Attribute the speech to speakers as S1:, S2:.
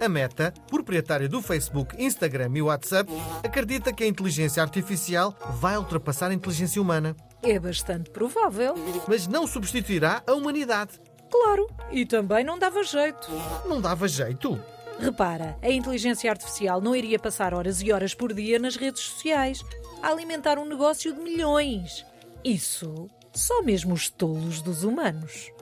S1: A Meta, proprietária do Facebook, Instagram e WhatsApp, acredita que a inteligência artificial vai ultrapassar a inteligência humana,
S2: É bastante provável.
S1: mas não substituirá a humanidade.
S2: Claro, e também não dava jeito.
S1: Não dava jeito.
S2: Repara, a inteligência artificial não iria passar horas e horas por dia nas redes sociais a alimentar um negócio de milhões. Isso só mesmo os tolos dos humanos.